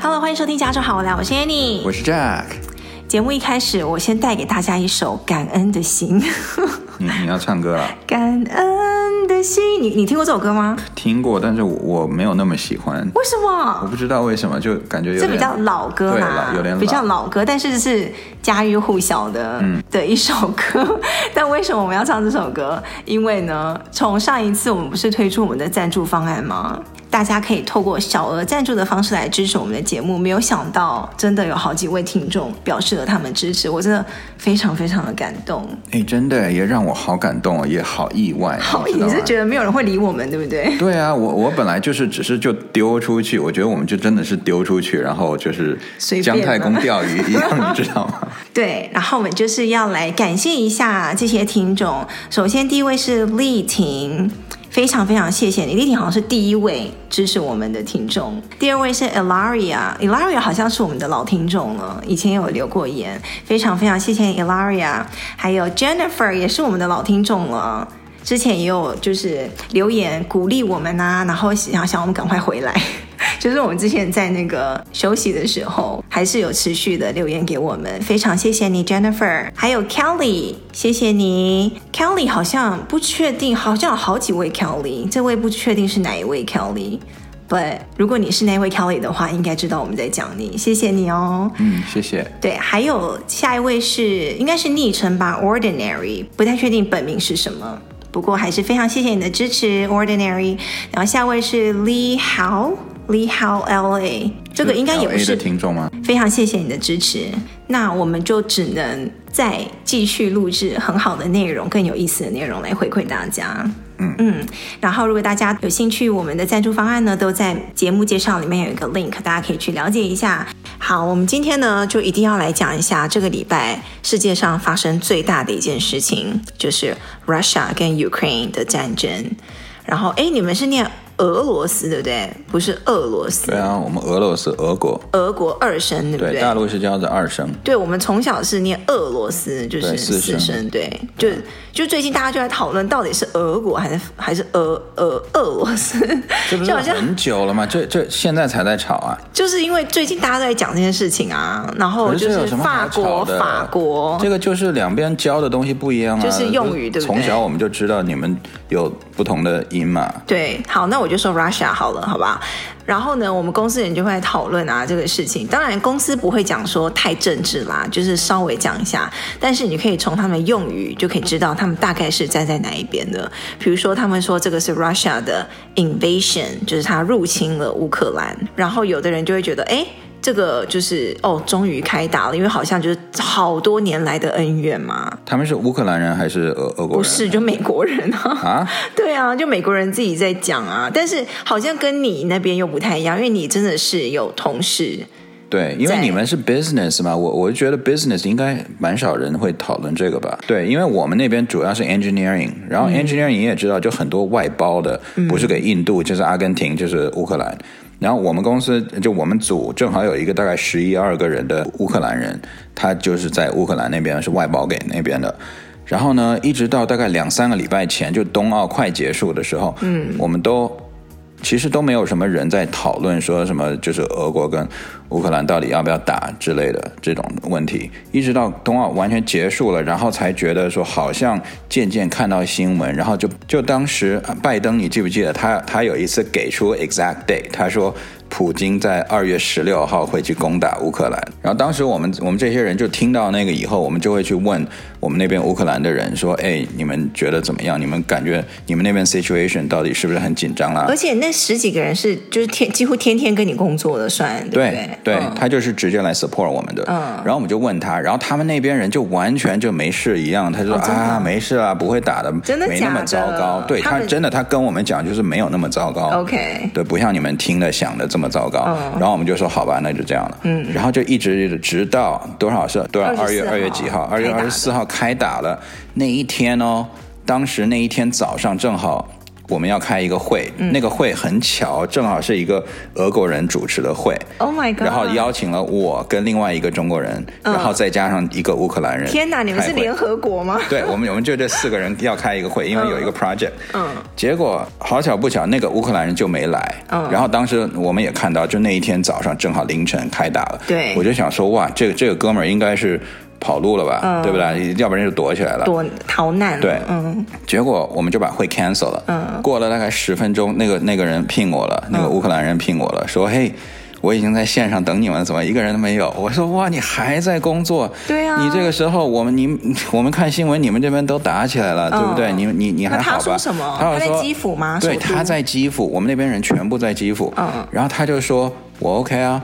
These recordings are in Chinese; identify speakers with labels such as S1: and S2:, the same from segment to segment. S1: Hello，欢迎收听《家长好无聊》，我是 Annie，
S2: 我是 Jack。
S1: 节目一开始，我先带给大家一首《感恩的心》
S2: 嗯，你要唱歌了？
S1: 感恩的心，你你听过这首歌吗？
S2: 听过，但是我我没有那么喜欢。
S1: 为什
S2: 我
S1: 么？
S2: 不知道为什么，就感觉有
S1: 这
S2: 点
S1: 比较老歌
S2: 对
S1: 啦
S2: 了，，有点老
S1: 比较老歌，但是是家喻户晓的、
S2: 嗯
S1: 的一首歌。 但为什么我们要唱这首歌？因为呢，从上一次我们不是推出我们的赞助方案吗？大家可以透过小额赞助的方式来支持我们的节目。没有想到，真的有好几位听众表示了他们支持，我真的非常非常的感动。
S2: 哎，真的也让我好感动哦，也好意外。
S1: 好，
S2: 知道 啊
S1: 你
S2: 吗
S1: 是觉得没有人会理我们，对不对？
S2: 对啊，我我本来就是只是就丢出去，我觉得我们就真的是丢出去，然后就是
S1: 随便啊
S2: 姜
S1: 了
S2: 太公钓鱼一样，你知 道吗？
S1: 对，然后我们就是要来感谢一下这些听众。首先，第一位是丽婷，非常非常谢谢你，丽婷好像是第一位支持我们的听众。第二位是 Elaria，Elaria 好像是我们的老听众了，以前有留过言，非常非常谢谢 Elaria。还有 Jennifer 也是我们的老听众了。之前也有就是留言鼓励我们呐、然后想想我们赶快回来， 就是我们之前在那个休息的时候，还是有持续的留言给我们，非常谢谢你 Jennifer，还有 Kelly，谢谢你 Kelly 好像不确定，好像有好几位 Kelly，这位不确定是哪一位 Kelly。But 如果你是那位 Kelly 的话，应该知道我们在讲你，谢谢你哦。
S2: 嗯，谢谢。
S1: 对，还有下一位是应该是昵称吧，Ordinary，不太确定本名是什么。不过还是非常谢谢你的支持，Ordinary。然后下一位是 Lee How Lee How L A，这个应该也不
S2: LA 的
S1: 是
S2: 听众吗？
S1: 非常谢谢你的支持。那我们就只能再继续录制很好的内容、更有意思的内容来回馈大家。嗯嗯，然后如果大家有兴趣，我们的赞助方案呢都在节目介绍里面有一个 link，大家可以去了解一下。好，我们今天呢就一定要来讲一下这个礼拜世界上发生最大的一件事情，就是 Russia 跟 Ukraine 的战争。然后，哎，你们是念俄罗斯对不对？不是俄罗斯，
S2: 对啊，我们俄罗斯俄国，
S1: 俄国二声对不
S2: 对大陆是叫做二声。
S1: 对，我们从小是念俄罗斯，就是
S2: 对
S1: 四
S2: 四嗯声
S1: 声，对，就就最近大家就在讨论到底是俄国还是还是俄俄俄罗斯，
S2: 这不是
S1: 就好像
S2: 很久了吗？这这现在才在吵啊！
S1: 就是因为最近大家都在讲这件事情啊，然后
S2: 可
S1: 就是
S2: 这有
S1: 是
S2: 什么
S1: 法
S2: 好
S1: 国
S2: 吵的
S1: 法国
S2: 这，个就是两边教的东西不一样啊，
S1: 哦就是用语对不对
S2: 就是从小我们就知道你们有不同的音嘛。
S1: 对，好，那我就说 Russia 好了，好吧？然后呢，我们公司人就会来讨论啊这个事情。当然，公司不会讲说太政治啦，就是稍微讲一下。但是你可以从他们用语就可以知道他们大概是站在哪一边的。比如说，他们说这个是 Russia 的 invasion，就是他入侵了乌克兰。然后有的人就会觉得，哎。这个就是哦，终于开打了，因为好像就是好多年来的恩怨嘛，
S2: 他们是乌克兰人还是俄俄国人？
S1: 不是就美国人啊
S2: 啊，
S1: 对啊，就美国人自己在讲啊，但是好像跟你那边又不太一样，因为你真的是有同事，
S2: 对，因为
S1: 在
S2: 你们是 business 嘛，我我就觉得 business 应该蛮少人会讨论这个吧。对，因为我们那边主要是 engineering，然后 engineering 你也知道，就很多外包的，不是给印度就是阿根廷就是乌克兰。然后我们公司就我们组正好有一个大概十一二个人的乌克兰人，他就是在乌克兰那边是外包给那边的。然后呢，一直到大概两三个礼拜前，就冬奥快结束的时候，嗯，我们都其实都没有什么人在讨论说什么，就是俄国跟乌克兰到底要不要打之类的这种问题，一直到冬奥完全结束了，然后才觉得说好像渐渐看到新闻，然后就就当时呃拜登，你记不记得他他有一次给出 exact date，他说普京在二月十六号会去攻打乌克兰，然后当时我们我们这些人就听到那个以后，我们就会去问我们那边乌克兰的人说，哎，你们觉得怎么样？你们感觉你们那边 situation 到底是不是很紧张啦？
S1: 而且那十几个人是就是天几乎天天跟你工作的，算对不
S2: 对
S1: 对？嗯
S2: 他就是直接来 support 我们的。然后我们就问他，然后他们那边人就完全就没事一样，他就说、
S1: 哦真的
S2: 啊没事啊，不会打的，
S1: 真的
S2: 没那么
S1: 假
S2: 糟
S1: 的
S2: 糕。对
S1: 他
S2: 他
S1: 们
S2: 真的，他跟我们讲就是没有那么糟糕。
S1: OK，嗯
S2: 对，不像你们听的想的这么糟糕。然后我们就说好吧，那就这样了。嗯，然后就一直直到多少是多少
S1: 24
S2: 二月二月几号，
S1: 号
S2: 二月
S1: 开打
S2: 二
S1: 的
S2: 十四号开打了那一天哦，当时那一天早上正好。我们要开一个会，
S1: 嗯
S2: 那个会很巧，正好是一个俄国人主持的会。
S1: Oh my god！
S2: 然后邀请了我跟另外一个中国人，然后再加上一个乌克兰人。
S1: 嗯天哪，你们是
S2: 开会啊
S1: 联合国吗？
S2: 对我们，我们就这四个人要开一个会，因为有一个 project。
S1: 嗯，
S2: 结果好巧不巧，那个乌克兰人就没来。
S1: 嗯
S2: 然后当时我们也看到，就那一天早上正好凌晨开打了。
S1: 对
S2: 我就想说，哇，这个这个哥们儿应该是跑路了吧，
S1: 嗯
S2: 对不对？要不然就躲起来了。
S1: 躲逃难。
S2: 对
S1: 嗯，
S2: 结果我们就把会 cancel 了。嗯，过了大概十分钟，那个那个人聘我
S1: 嗯
S2: 了，那个乌克兰人聘我了，说嘿。我已经在线上等你们了，怎么一个人都没有？我说哇，你还在工作？
S1: 对啊
S2: 你这个时候我们你我们看新闻，你们这边都打起来了，对不对？
S1: 嗯
S2: 你你你还
S1: 那他
S2: 好吧？
S1: 说什么
S2: 他有
S1: 他在
S2: 说
S1: 基辅吗
S2: 对，
S1: 首都
S2: 他在基辅，我们那边人全部在基辅。
S1: 嗯嗯
S2: 然后他就说我 OK 啊，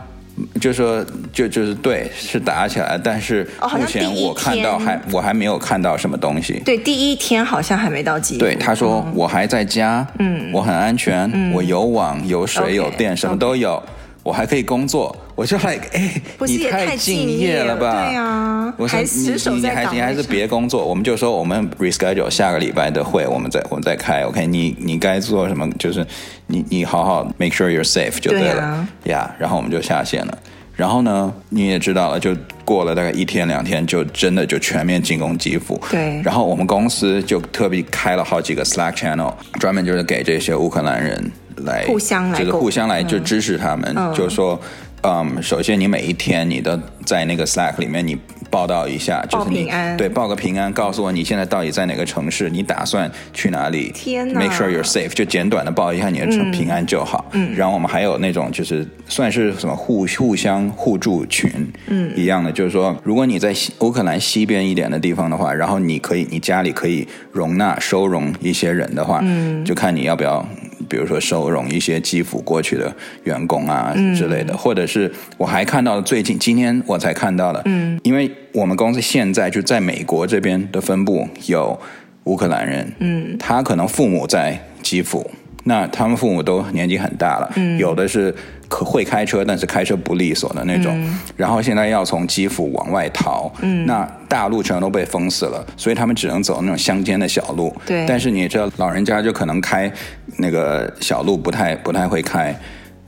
S2: 就说就就是对，是打起来，但是
S1: 哦好像
S2: 目前
S1: 第一
S2: 我看到
S1: 天
S2: 还我还没有看到什么东西。
S1: 对，第一天好像还没到基辅。
S2: 对，他说我还在家，嗯，我很安全，我有网、有水、
S1: OK，
S2: 有电，什么都有，我还可以工作。我就 like，哎，
S1: 不是
S2: 你
S1: 也太
S2: 敬
S1: 敬业
S2: 了
S1: 了
S2: 吧？
S1: 对啊
S2: 我说
S1: 还
S2: 你
S1: 死守
S2: 你你
S1: 在
S2: 还
S1: 岗
S2: 你还
S1: 位
S2: 是
S1: 上
S2: 别工作，我们就说我们 reschedule 下个礼拜的会，我们再我们再开。OK，你你该做什么就是你你好好 make sure you're safe 就
S1: 对
S2: 对
S1: 啊
S2: 了呀。然后我们就下线了。然后呢，你也知道了，就过了大概一天两天，就真的就全面进攻基辅。
S1: 对
S2: 然后我们公司就特别开了好几个 Slack channel，专门就是给这些乌克兰人来
S1: 互相来
S2: 就是
S1: 沟
S2: 互相来
S1: 嗯
S2: 就支持他们，就说。嗯，首先你每一天你都在那个 Slack 里面你报道一下，就是
S1: 报
S2: 你
S1: 平安
S2: 对报个平安，告诉我你现在到底在哪个城市，你打算去哪里
S1: 天哪
S2: ？Make sure you're safe，就简短的报一下你的城平安就好。嗯，然后我们还有那种就是算是什么互互相互助群，嗯，一样的，就是说如果你在西乌克兰西边一点的地方的话，然后你可以你家里可以容纳收容一些人的话，嗯，就看你要不要。比如说收容一些基辅过去的员工啊之类的，或者是我还看到了最近今天我才看到了，嗯，因为我们公司现在就在美国这边的分部有乌克兰人，嗯，他可能父母在基辅，那他们父母都年纪很大了，嗯，有的是可会开车，但是开车不利索的那种，然后现在要从基辅往外逃，嗯，那大路全都被封死了，所以他们只能走那种乡间的小路，
S1: 对
S2: 但是你也知道，老人家就可能开那个小路不太不太会开。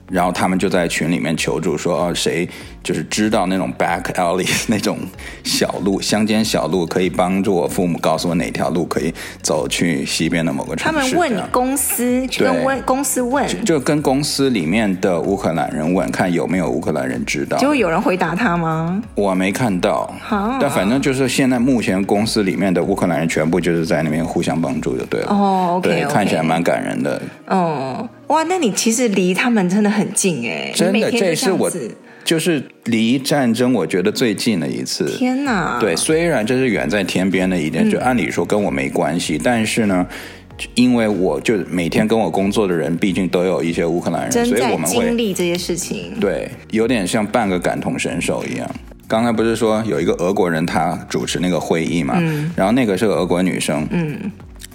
S2: 然后他们就在群里面求助说，哦，谁就是知道那种 back alley 那种小路、乡间小路，可以帮助我父母告诉我哪条路可以走去西边的某个城
S1: 他们
S2: 市。这
S1: 问
S2: 样
S1: 公司，去跟
S2: 对
S1: 问公司问，
S2: 就跟公司里面的乌克兰人问，看有没有乌克兰人知道
S1: 结。果有人回答他吗？
S2: 我没看到，但反正就是现在目前公司里面的乌克兰人全部就是在那边互相帮助就对了。
S1: 哦，OK，
S2: 对
S1: OK
S2: 看起来蛮感人的。
S1: 嗯，哇，那你其实离他们真的很近哎、你
S2: 真
S1: 每
S2: 的，
S1: 天就
S2: 这是
S1: 样
S2: 我
S1: 子
S2: 就是离战争我觉得最近的一次。
S1: 天啊嗯哪，
S2: 对，虽然这是远在天边的一点，就按理说跟我没关系，但是呢。因为我就每天跟我工作的人，毕竟都有一些乌克兰人，
S1: 真
S2: 所以
S1: 在
S2: 我们会
S1: 经历这些事情，
S2: 对，有点像半个感同身受一样。刚才不是说有一个俄国人他主持那个会议嘛，然后那个是个俄国女生，嗯，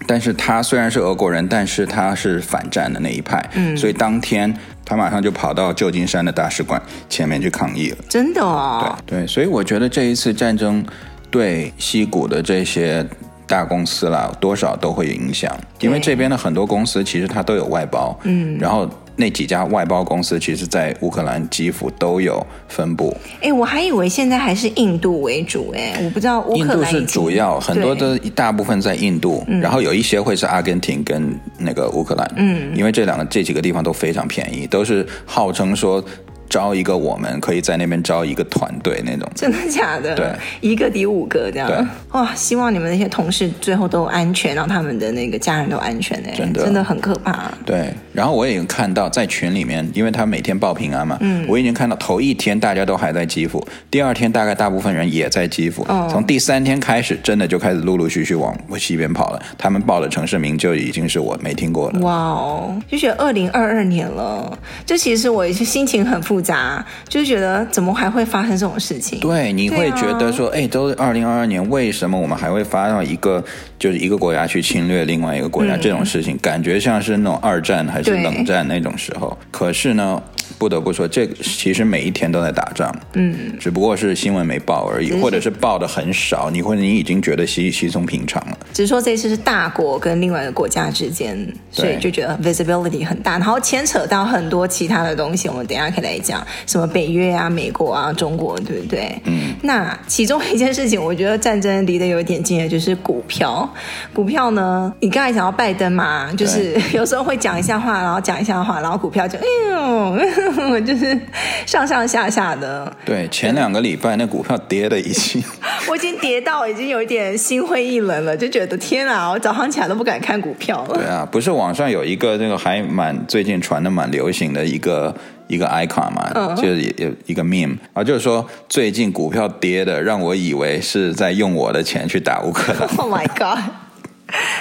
S2: 但是她虽然是俄国人，但是她是反战的那一派，嗯，所以当天她马上就跑到旧金山的大使馆前面去抗议了。
S1: 真的哦，
S2: 啊对，所以我觉得这一次战争对西谷的这些大公司啦，多少都会有影响，因为
S1: 对
S2: 这边的很多公司其实它都有外包，嗯，然后那几家外包公司其实，在乌克兰、基辅都有分布，
S1: 哎，我还以为现在还是印度为主哎、我不知道乌
S2: 印
S1: 克
S2: 度
S1: 兰
S2: 是
S1: 已经
S2: 主要，很多
S1: 对嗯
S2: 的大部分在印度，然后有一些会是阿根廷跟那个乌克兰，嗯，因为这两个这几个地方都非常便宜，都是号称说招一个我们可以在那边招一个团队那种，
S1: 真的假的？
S2: 对，
S1: 一个抵五个这
S2: 对
S1: 样。哇，希望你们那些同事最后都安全，让他们的那个家人都安全哎、
S2: 真的
S1: 真的很可怕。
S2: 对，然后我也有看到在群里面，因为他每天报平安嘛，我已经看到头一天大家都还在基辅，第二天大概大部分人也在基辅，从第三天开始，真的就开始陆陆续续往西边跑了。他们报的城市名就已经是我没听过的。
S1: 哇哦，就觉得二零二二年了，就其实我心情很复复杂，就觉得怎么还会发生这种事情？
S2: 对，你会觉得说，哎、都是二零二二年，为什么我们还会发到一个就是一个国家去侵略另外一个国家、这种事情？感觉像是那种二战还是
S1: 对
S2: 冷战那种时候。可是呢，不得不说，这个其实每一天都在打仗，嗯，只不过是新闻没报而已，或者是报的很少，你或者你已经觉得稀稀松平常了。
S1: 只是说这次是大国跟另外一个国家之间，所以就觉得 visibility 很大，然后牵扯到很多其他的东西，我们等一下可以来讲，什么北约啊、美国啊、中国，对不对？嗯。那其中一件事情，我觉得战争离得有一点近的就是股票。股票呢，你刚才讲到拜登嘛，就是 有时候会讲一下话，然后讲一下话，然后股票就哎呦， 就是上上下下的。
S2: 对，前两个礼拜那股票跌的已经。
S1: 我已经跌到已经有一点心灰意冷了，就觉得天啊，我早上起来都不敢看股票了
S2: 对。啊，不是网上有一个那个还蛮最近传的蛮流行的一个一个 icon 嘛，就是也也一个 meme 啊，就是说最近股票跌的，让我以为是在用我的钱去打乌 克兰。
S1: Oh my god！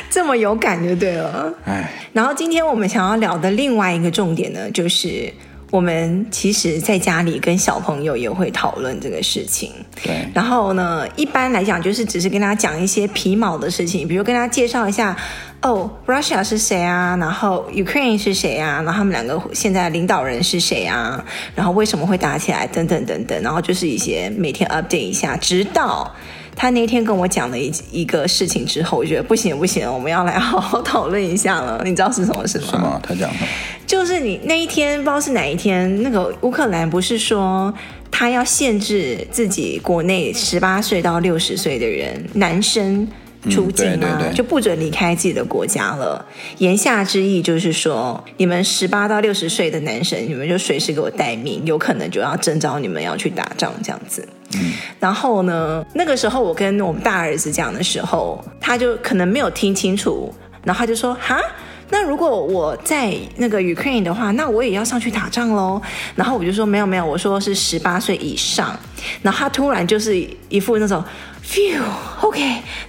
S1: 这么有感就对了。
S2: 哎，
S1: 然后今天我们想要聊的另外一个重点呢，就是我们其实在家里跟小朋友也会讨论这个事情。
S2: 对
S1: 然后呢，一般来讲就是只是跟他讲一些皮毛的事情，比如跟他介绍一下，哦，Russia 是谁啊，然后 Ukraine 是谁啊，然后他们两个现在领导人是谁啊，然后为什么会打起来，等等等等，然后就是一些每天 update 一下，直到。他那天跟我讲了一一个事情之后，我觉得不行不行，我们要来好好讨论一下了。你知道是什么事吗？
S2: 什么？他讲什么？
S1: 就是你那一天不知道是哪一天，那个乌克兰不是说他要限制自己国内十八岁到六十岁的人男生出境
S2: 嗯对
S1: 吗？
S2: 对对
S1: 就不准离开自己的国家了。言下之意就是说，你们十八到六十岁的男生，你们就随时给我待命，有可能就要征召你们要去打仗这样子。然后呢，那个时候我跟我们大儿子讲的时候，他就可能没有听清楚，然后他就说：“哈，那如果我在那个 Ukraine 的话，那我也要上去打仗喽。”然后我就说：“没有没有，我说是十八岁以上。”然后他突然就是一副那种。Phew，OK，、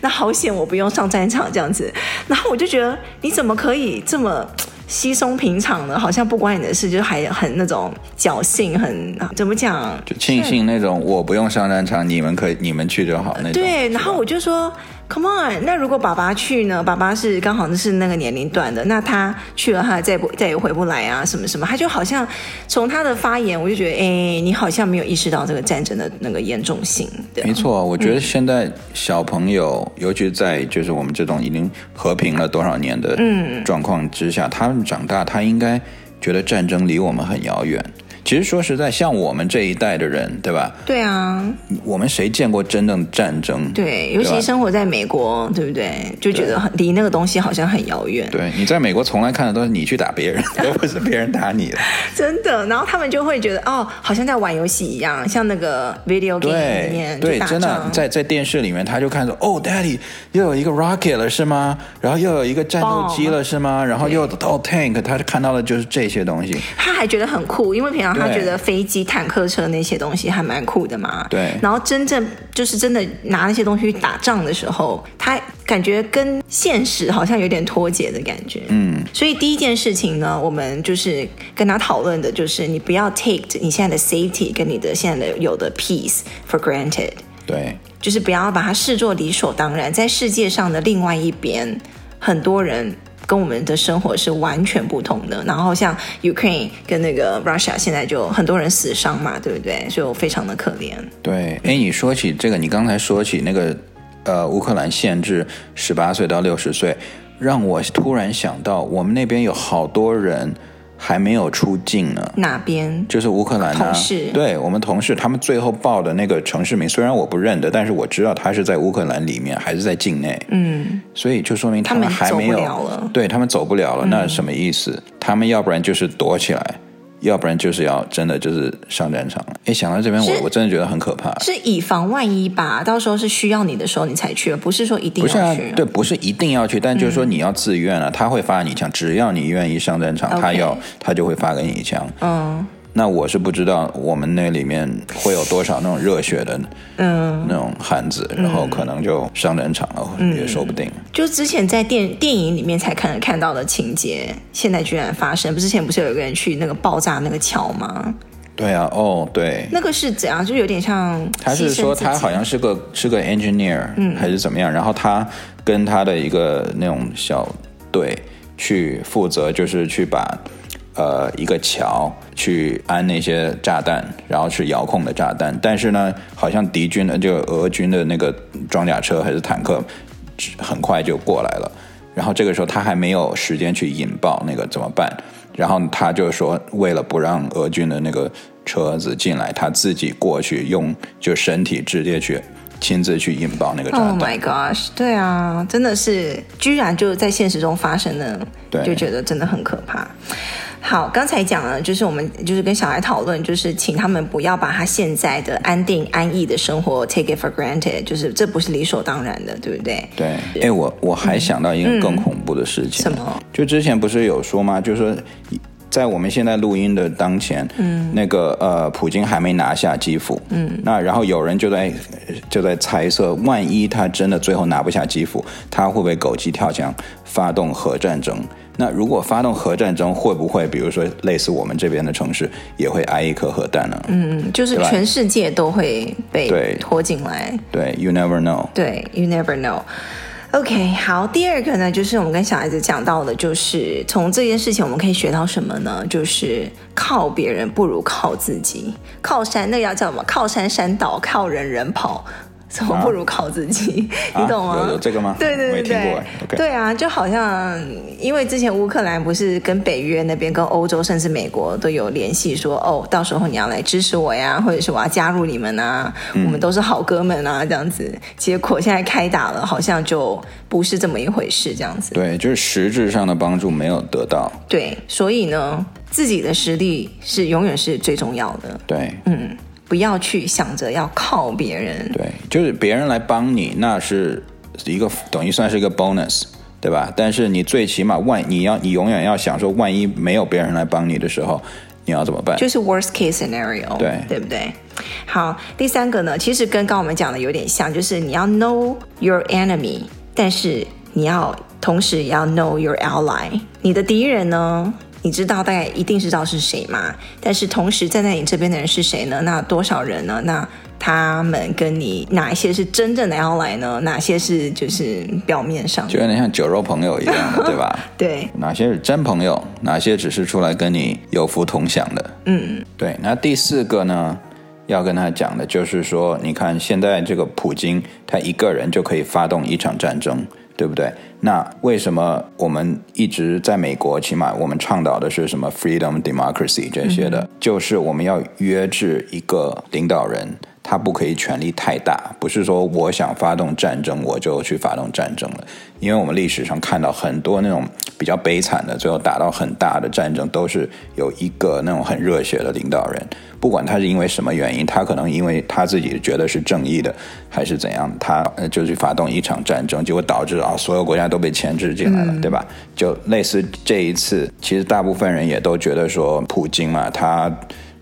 S1: 那好险，我不用上战场这样子。然后我就觉得，你怎么可以这么稀松平常呢？好像不关你的事，就还很那种侥幸，很啊怎么讲？
S2: 就庆幸那种我不用上战场，你们可以你们去就好那种。
S1: 对，
S2: 是吧
S1: 然后我就说，Come on，那如果爸爸去呢？爸爸是刚好是那个年龄段的，那他去了，他再不再也回不来啊，什么什么，他就好像从他的发言，我就觉得，哎，你好像没有意识到这个战争的那个严重性，对
S2: 没错，我觉得现在小朋友，
S1: 嗯
S2: 尤其在就是我们这种已经和平了多少年的
S1: 嗯
S2: 状况之下，他们长大，他应该觉得战争离我们很遥远。其实说实在，像我们这一代的人，对吧？
S1: 对啊，
S2: 我们谁见过真正的战争？
S1: 对，尤
S2: 吧
S1: 其生活在美国，对不对？就觉得很离那个东西好像很遥远，
S2: 对你在美国从来看的都是你去打别人， 都不是别人 打你的。
S1: 真的。然后他们就会觉得，哦，好像在玩游戏一样，像那个 video game 里
S2: 对
S1: 面
S2: 对
S1: 就，打
S2: 真的
S1: 仗
S2: 在在电视里面，他就看着哦，Daddy 又有一个 rocket 了是吗？然后又有一个战斗机了是吗？然后又有哦 tank，他就看到的就是这些东西。
S1: 他还觉得很酷，因为平常他
S2: 对
S1: 觉得飞机、坦克车那些东西还蛮酷的嘛。
S2: 对
S1: 然后真正就是真的拿那些东西去打仗的时候，他感觉跟现实好像有点脱节的感觉。嗯。所以第一件事情呢，我们就是跟他讨论的就是，你不要 take 你现在的 safety 跟你的现在的有的 peace for granted。
S2: 对
S1: 就是不要把它视作理所当然。在世界上的另外一边，很多人跟我们的生活是完全不同的。然后像 Ukraine 跟那个 Russia，现在就很多人死伤嘛，对不对？就非常的可怜。
S2: 对，哎，你说起这个，你刚才说起那个呃，乌克兰限制十八岁到六十岁，让我突然想到，我们那边有好多人还没有出境呢。
S1: 哪边？
S2: 就是乌克兰、啊、
S1: 嗯同事
S2: 对我们同事，他们最后报的那个城市名，虽然我不认得，但是我知道他是在乌克兰里面，还是在境内，
S1: 嗯，
S2: 所以就说明
S1: 他们
S2: 还没有，
S1: 走不了嗯了
S2: 对他们走不了了，那什么意思？他们要不然就是躲起来，要不然就是要真的就是上战场了。哎，想到这边，
S1: 是
S2: 我我真的觉得很可怕。
S1: 是以防万一吧。到时候是需要你的时候你才去，不是说一定
S2: 不是
S1: 要
S2: 啊
S1: 去。，
S2: 对，不是一定要去，但就是说你要自愿啊，他会发你枪，只要你愿意上战场，他
S1: OK
S2: 要他就会发给你一枪。
S1: 嗯
S2: 那我是不知道我们那里面会有多少那种热血的
S1: 嗯，
S2: 那种汉子，然后可能就上战场了，也说不定。
S1: 就之前在电电影里面才看看到的情节，现在居然发生。不是之前不是有一个人去那个爆炸那个桥吗？
S2: 对啊，哦，对，
S1: 那个是怎样？就有点像
S2: 他是
S1: 牺牲
S2: 说
S1: 自
S2: 他
S1: 己嗯
S2: 好像是个是个 engineer，还是怎么样？然后他跟他的一个那种小队去负责，就是去把呃一个桥去安那些炸弹，然后去遥控的炸弹。但是呢，好像敌军的就俄军的那个装甲车还是坦克，很快就过来了。然后这个时候他还没有时间去引爆那个怎么办？然后他就说，为了不让俄军的那个车子进来，他自己过去用就身体直接去亲自去引爆那个炸
S1: Oh
S2: 弹。
S1: my gosh！对啊，真的是，居然就在现实中发生了，
S2: 对
S1: 就觉得真的很可怕。好，刚才讲了，就是我们就是跟小孩讨论，就是请他们不要把他现在的安定安逸的生活 take it for granted，就是这不是理所当然的，对不对？
S2: 对，哎，我我还想到一个更恐怖的事情，
S1: 嗯什么？
S2: 就之前不是有说吗？就是说，在我们现在录音的当前，嗯，那个呃，普京还没拿下基辅，嗯，那然后有人就在就在猜测，万一他真的最后拿不下基辅，他会不会狗急跳墙发动核战争？那如果发动核战争，会不会比如说类似我们这边的城市也会挨一颗核弹呢？嗯，
S1: 嗯，就是
S2: 对吧
S1: 全世界都会被
S2: 对
S1: 拖进来。
S2: 对，You never know。
S1: 对，you never know。OK，好，第二个呢，就是我们跟小孩子讲到的，就是从这件事情我们可以学到什么呢？就是靠别人不如靠自己，靠山那个要叫什么？靠山山倒，靠人人跑， 怎么不如靠自己？ 你懂吗？
S2: 啊、有有这个吗？
S1: 对对
S2: 我
S1: 对
S2: 没听过
S1: 对
S2: 哎。OK，
S1: 对啊，就好像因为之前乌克兰不是跟北约那边、跟欧洲甚至美国都有联系说，哦，到时候你要来支持我呀，或者是我要加入你们啊，我们都是好哥们啊，这样子。结果现在开打了，好像就不是这么一回事，这样子。
S2: 对，就是实质上的帮助没有得到。
S1: 对，所以呢，自己的实力是永远是最重要的，
S2: 对，
S1: 不要去想着要靠别人。
S2: 对，就是别人来帮你，那是一个等于算是一个 bonus，对吧？但是你最起码万你要你永远要想说，万一没有别人来帮你的时候，你要怎么办？
S1: 就是 worst case scenario，
S2: 对
S1: 对不对？好，第三个呢，其实跟刚刚我们讲的有点像，就是你要 know your enemy，但是你要同时也要 know your ally，你的敌人呢？你知道大概一定知道是谁嘛？但是同时站在你这边的人是谁呢？那多少人呢？那他们跟你哪一些是真正的 ally 呢？哪些是就是表面上的
S2: 就有点像酒肉朋友一样的，对吧？
S1: 对，
S2: 哪些是真朋友，哪些只是出来跟你有福同享的。
S1: 嗯，
S2: 对，那第四个呢，要跟他讲的就是说，你看现在这个普京，他一个人就可以发动一场战争，对不对？那为什么我们一直在美国，起码我们倡导的是什么 freedom、democracy 这些的，就是我们要约制一个领导人。他不可以权力太大，不是说我想发动战争我就去发动战争了，因为我们历史上看到很多那种比较悲惨的，最后打到很大的战争，都是有一个那种很热血的领导人，不管他是因为什么原因，他可能因为他自己觉得是正义的，还是怎样，他呃就去发动一场战争，结果导致啊所有国家都被牵制进来了，对吧？就类似这一次，其实大部分人也都觉得说普京嘛，他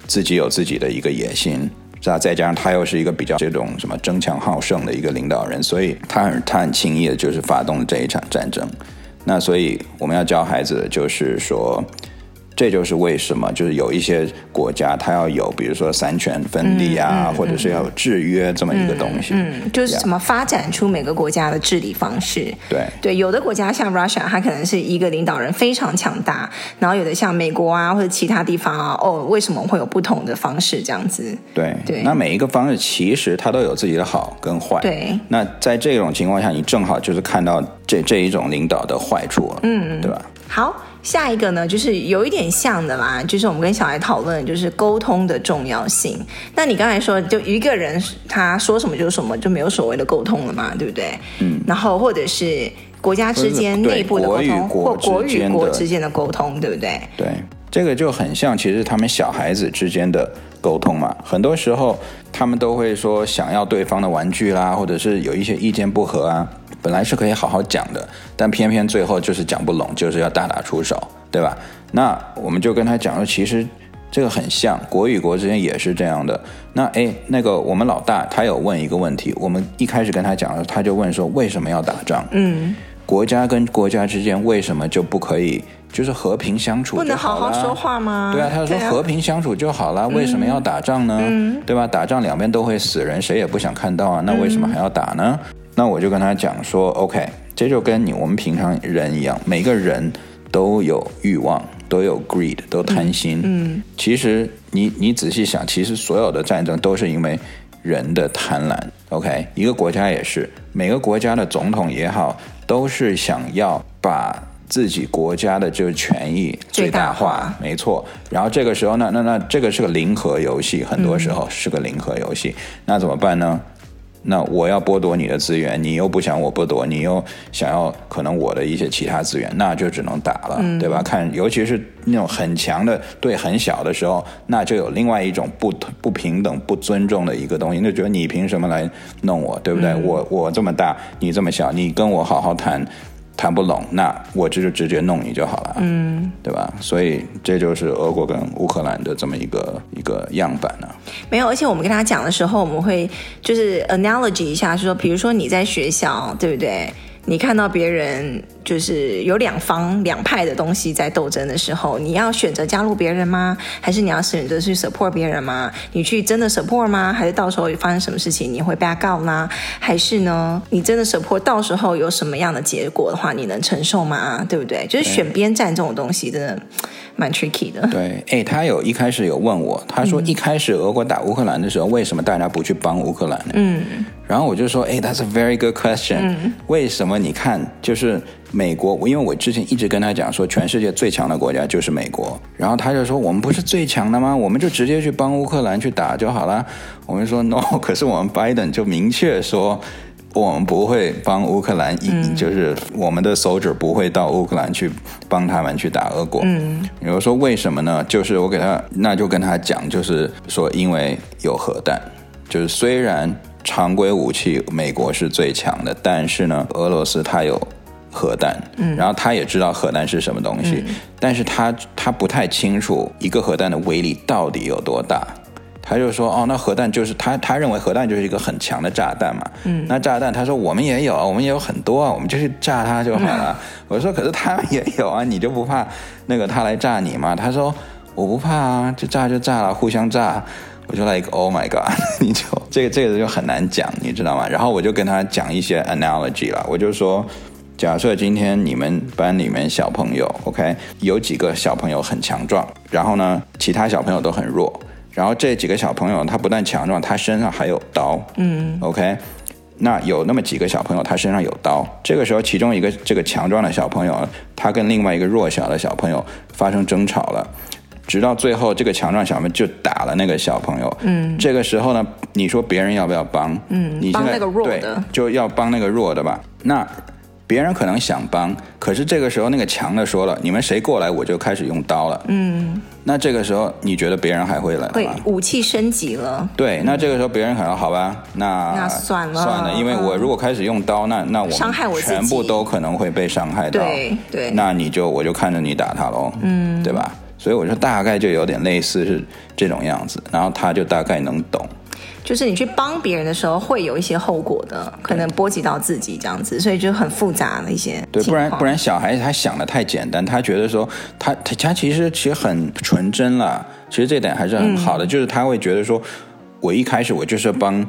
S2: 自己有自己的一个野心。是吧？再加上他又是一个比较这种什么争强好胜的一个领导人，所以他很他很轻易的就是发动了这一场战争。那所以我们要教孩子的就是说，这就是为什么就是有一些国家它要有比如说三权分立啊，或者是要有制约这么一个东西。
S1: 嗯，就是怎么发展出每个国家的治理方式。
S2: 对
S1: 对，有的国家像 Russia，它可能是一个领导人非常强大，然后有的像美国啊或者其他地方啊，哦，为什么会有不同的方式这样子？
S2: 对
S1: 对
S2: 那每一个方式其实它都有自己的好跟坏。
S1: 对
S2: 那在这种情况下，你正好就是看到这这一种领导的坏处了，嗯，对吧？
S1: 好，下一个呢，就是有一点像的啦，就是我们跟小孩讨论，就是沟通的重要性。那你刚才说，就一个人他说什么就是什么，就没有所谓的沟通了嘛，对不对？嗯。然后或者是国家之间
S2: 或者是
S1: 内部的沟
S2: 对
S1: 通，
S2: 国与国
S1: 或国
S2: 之
S1: 与
S2: 间
S1: 国
S2: 的
S1: 之间的沟通，对不对？
S2: 对，这个就很像其实他们小孩子之间的沟通嘛。很多时候他们都会说想要对方的玩具啦，或者是有一些意见不合啊，本来是可以好好讲的，但偏偏最后就是讲不拢，就是要大打出手，对吧？那我们就跟他讲说，其实。这个很像国与国之间也是这样的。那哎，那个我们老大他有问一个问题，我们一开始跟他讲的时候，他就问说为什么要打仗？嗯，国家跟国家之间为什么就不可以就是和平相处
S1: 不
S2: 就
S1: 能好
S2: 好啦？
S1: 好说话嗯吗？
S2: 对啊，他说和平相处就好啦，为什么要打仗呢？
S1: 嗯
S2: 对吧？打仗两边都会死人，谁也不想看到啊，那为什么
S1: 嗯
S2: 还要打呢？那我就跟他讲说，OK，这就跟你我们平常人一样，每个人都有欲望，都有 greed，都贪心。嗯，其实你你仔细想，其实所有的战争都是因为人的贪婪。OK，一个国家也是，每个国家的总统也好，都是想要把自己国家的就是权益最
S1: 最
S2: 大
S1: 大
S2: 化
S1: 化，
S2: 没错。然后这个时候呢，那那那这个是个零和游戏，很多时候是个零和游戏。那怎么办呢？那我要剥夺你的资源，你又不想我剥夺，你又想要可能我的一些其他资源，那就只能打了，对吧？看，尤其是那种很强的对很小的时候，那就有另外一种不不平等、不尊重的一个东西，那就觉得你凭什么来弄我，对不对？我我这么大，你这么小，你跟我好好谈。谈不拢，那我这就直接弄你就好了，嗯，对吧？所以这就是俄国跟乌克兰的这么一个一个样板呢、
S1: 没有，而且我们跟他讲的时候，我们会就是 analogy 一下，说，比如说你在学校，对不对？你看到别人就是有两方两派的东西在斗争的时候，你要选择加入别人吗？还是你要选择去 support 别人吗？你去真的 support 吗？还是到时候发生什么事情你会 back out 啦？还是呢，你真的 support 到时候有什么样的结果的话，你能承受吗？对不对？就是选边站这种东西真的蛮 tricky 的。
S2: 对，哎，他有一开始有问我，他说一开始俄国打乌克兰的时候，为什么大家不去帮乌克兰呢？嗯，然后我就说，哎，That's a very good question、为什么你看，就是美国，因为我之前一直跟他讲说，全世界最强的国家就是美国，然后他就说，我们不是最强的吗？我们就直接去帮乌克兰去打就好了。我们说 No，可是我们 Biden 就明确说。我们不会帮乌克兰，一就是我们的 soldier 不会到乌克兰去帮他们去打俄国。嗯，比如说为什么呢？就是我给他，那就跟他讲，就是说因为有核弹，就是虽然常规武器美国是最强的，但是呢，俄罗斯它有核弹，嗯，然后他也知道核弹是什么东西，但是他他不太清楚一个核弹的威力到底有多大。他就说哦，那核弹就是他他认为核弹就是一个很强的炸弹嘛，嗯，那炸弹他说我们也有，我们也有很多啊，我们就去炸它就好了。我说可是他们也有啊，你就不怕那个他来炸你吗？他说我不怕啊，就炸就炸了，互相炸。我就 like oh my god，你 就这个这个就很难讲，你知道吗？然后我就跟他讲一些 analogy 啦，我就说。假设今天你们班里面小朋友，OK，有几个小朋友很强壮，然后呢，其他小朋友都很弱，然后这几个小朋友他不但强壮，他身上还有刀，嗯，OK，那有那么几个小朋友他身上有刀，这个时候其中一个这个强壮的小朋友，他跟另外一个弱小的小朋友发生争吵了。直到最后，这个强壮小朋友就打了那个小朋友。嗯，这个时候呢，你说别人要不要帮？嗯，你现
S1: 帮
S2: 在
S1: 那个弱
S2: 对
S1: 的
S2: 就要帮那个弱的吧？那别人可能想帮，可是这个时候那个强的说了：“你们谁过来，我就开始用刀了。”嗯，那这个时候你觉得别人还会来
S1: 会
S2: 吗？
S1: 武器升级了。
S2: 对，那这个时候别人可能好吧，那
S1: 那算了嗯
S2: 算了，因为我如果开始用刀，那那我们
S1: 伤害我自己
S2: 全部都可能会被伤害到。
S1: 对对
S2: 那你就我就看着你打他喽，嗯，对吧？所以我说大概就有点类似是这种样子，然后他就大概能懂。
S1: 就是你去帮别人的时候，会有一些后果的，可能波及到自己这样子，所以就很复杂的一些
S2: 对，不然
S1: 情况
S2: 不然小孩他想的太简单，他觉得说他他他其实其实很纯真了，其实这点还是很好
S1: 嗯
S2: 的，就是他会觉得说，我一开始我就是帮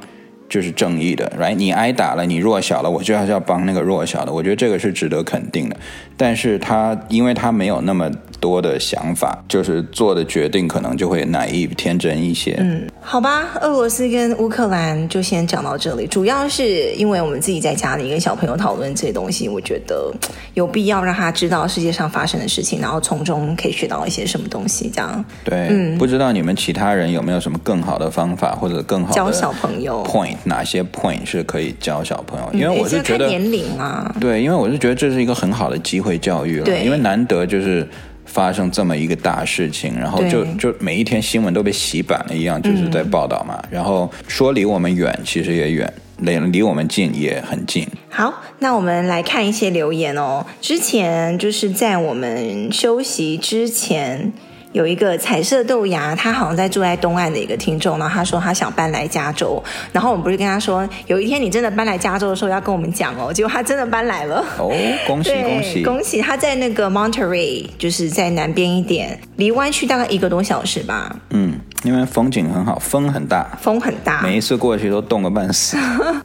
S2: 就是正义的，right？你挨打了，你弱小了，我就要要帮那个弱小的，我觉得这个是值得肯定的。但是他因为他没有那么多的想法，就是做的决定可能就会奶一天真一些。嗯，
S1: 好吧，俄罗斯跟乌克兰就先讲到这里，主要是因为我们自己在家里跟小朋友讨论这些东西，我觉得嘖有必要让他知道世界上发生的事情，然后从中可以学到一些什么东西，这样
S2: 对，
S1: 嗯
S2: 不知道你们其他人有没有什么更好的方法或者更好的
S1: 教小朋友。
S2: point 哪些 point 是可以教小朋友，因为我
S1: 诶这
S2: 是
S1: 个
S2: 觉
S1: 看
S2: 得、
S1: 年龄啊，
S2: 对，因为我是觉得这是一个很好的机会教育了，
S1: 对
S2: 因为难得就是发生这么一个大事情，然后就
S1: 对
S2: 就每一天新闻都被洗版了一样，就是在报道嘛，
S1: 嗯
S2: 然后说离我们远其实也远，离离我们近也很近，
S1: 好，那我们来看一些留言哦。之前就是在我们休息之前有一个彩色豆芽，他好像在住在东岸的一个听众，然后他说他想搬来加州，然后我们不是跟他说，有一天你真的搬来加州的时候要跟我们讲哦，结果他真的搬来 了。
S2: 哦，恭喜
S1: 对，
S2: 恭喜！
S1: 恭喜！他在那个 Monterey，就是在南边一点，离湾区大概一个多小时吧，
S2: 嗯，因为风景很好，风很大，
S1: 风很大。
S2: 每一次过去都冻个 半死。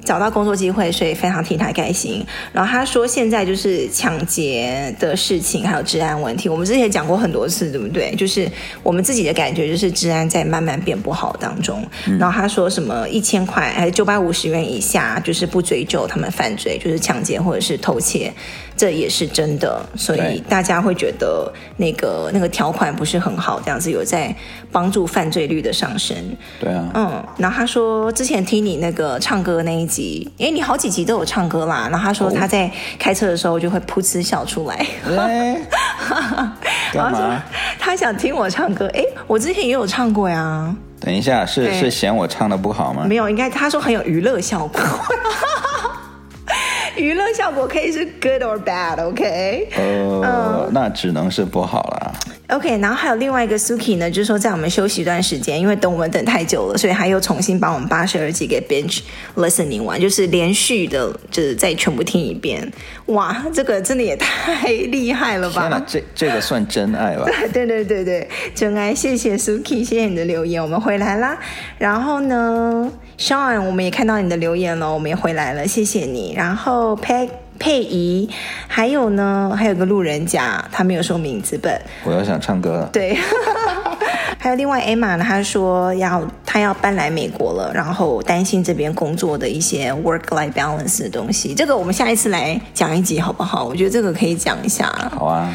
S1: 找到工作机会，所以非常替他开心。然后他说，现在就是抢劫的事情，还有治安问题，我们之前讲过很多次，对不对？就是我们自己的感觉，就是治安在慢慢变不好当中。然后他说什么一千块还是九百五十元以下，就是不追究他们犯罪，就是抢劫或者是偷窃，这也是真的。所
S2: 对
S1: 以大家会觉得那个那个条款不是很好，这样子有在帮助犯罪率的上升。
S2: 对啊，
S1: 嗯，然后他说之前听你那个唱歌那一集，因为你好几集都有唱歌啦。然后他说他在开车的时候就会噗嗤笑出 来，
S2: 哎，
S1: 然
S2: 干
S1: 后他说
S2: 嘛？
S1: 他想听我唱歌。诶，我之前也有唱过呀，
S2: 等一下，是
S1: 对
S2: 是嫌我唱的不好吗？
S1: 没有，应该他说很有娱乐效果。 娱乐效果可以是 good or bad，OK？、嗯
S2: 呃，那只能是不好了。
S1: OK，然后还有另外一个 Suki 呢，就是说在我们休息一段时间，因为等我们等太久了，所以他又重新把我们八十二集给 binge listening 完，就是连续的，就是再全部听一遍。哇，这个真的也太厉害了
S2: 天哪，
S1: 吧！
S2: 这这个算真爱吧？
S1: 对对对对，真爱，谢谢 Suki，谢谢你的留言，哦我们回来啦。然后呢，Sean，我们也看到你的留言了，我们也回来了，谢谢你。然后 Peg。佩仪，还有呢，还有个路人甲，他没有说名字本，
S2: 我又想唱歌了。
S1: 对， 还有另外 Emma 呢，她说要她要搬来美国了，然后担心这边工作的一些 work life balance 的东西。这个我们下一次来讲一集好不好？我觉得这个可以讲一下。
S2: 好啊，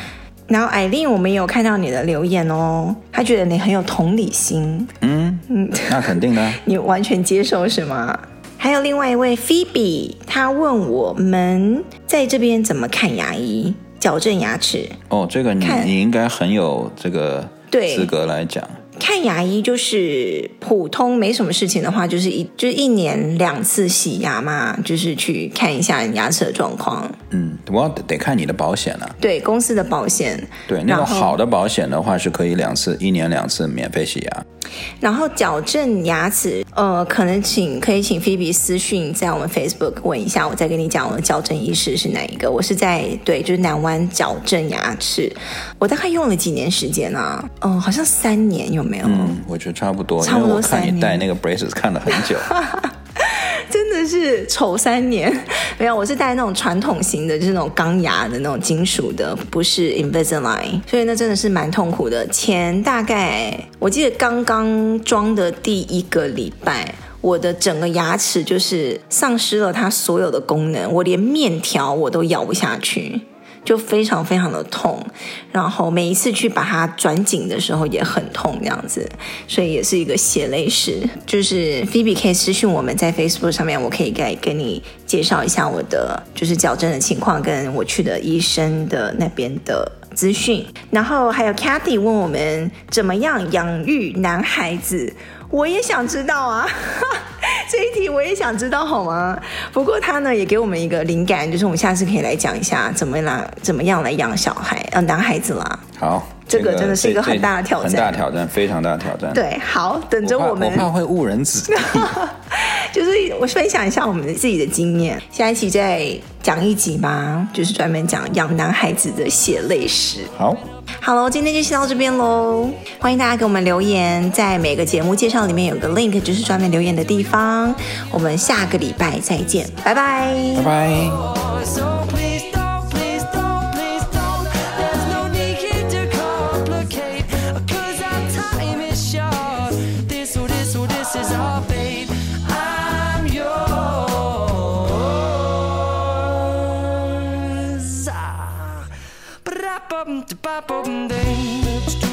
S1: 然后艾琳，我们也有看到你的留言哦，她觉得你很有同理心，
S2: 嗯嗯，那肯定的。
S1: 你完全接受是吗？还有另外一位 Phoebe，她问我们在这边怎么看牙医、矫正牙齿。
S2: 哦，这个你
S1: 看
S2: 你应该很有这个
S1: 对
S2: 资格来讲。
S1: 看牙医就是普通没什么事情的话，就是一就是一年两次洗牙嘛，就是去看一下你牙齿的状况。
S2: 嗯，我要得得看你的保险啊。
S1: 对公司的保险，
S2: 对，那
S1: 然
S2: 种
S1: 后
S2: 好的保险的话是可以两次，一年两次免费洗牙。
S1: 然后矫正牙齿，呃，可能请可以请菲比私讯在我们 Facebook 问一下，我再跟你讲我的矫正医师是哪一个。我是在对，就是南湾矫正牙齿，我大概用了几年时间啊，嗯、好像三年有没有？
S2: 嗯，我觉得差不多，
S1: 哦差不多
S2: 因为我看
S1: 三
S2: 你
S1: 年
S2: 戴那个 braces 看了很 久。
S1: 真的是丑三年，没有，我是戴那种传统型的，就是那种钢牙的那种金属的，不是 Invisalign，所以那真的是蛮痛苦的。前大概我记得刚刚装的第一个礼拜。我的整个牙齿就是丧失了它所有的功能，我连面条我都咬不下去，就非常非常的痛。然后每一次去把它转紧的时候也很痛，这样子，所以也是一个血泪史。就是 Phoebe 可以私讯我们在 Facebook 上面，我可以给跟你介绍一下我的就是矫正的情况，跟我去的医生的那边的。资讯，然后还有 Cathy 问我们怎么样养育男孩子，我也想知道啊。 这一题我也想知道好吗？不过他呢也给我们一个灵感，就是我们下次可以来讲一下怎么啦，怎么样来养小孩，呃，男孩子啦。
S2: 好，
S1: 这个真的是一个很大的挑战
S2: 很大挑战，非常大的挑战。，
S1: 对，好，等着
S2: 我
S1: 我
S2: 怕
S1: 们
S2: 我，怕会误人 子弟。
S1: 就是我分享一下我们自己的经验，下一期再讲一集吧，就是专门讲养男孩子的血泪史。
S2: 好，
S1: 好喽，今天就先到这边喽。欢迎大家给我们留言，在每个节目介绍里面有个 link，就是专门留言的地方。我们下个礼拜再见，拜拜
S2: 拜拜。
S3: So please don't, please don't, please don't. There's no need to complicate. Cause our time is short. This or this or this is our fate. I'm yours. Ah. Ba-da-bum-da-ba-bum-ding. Oh, oh,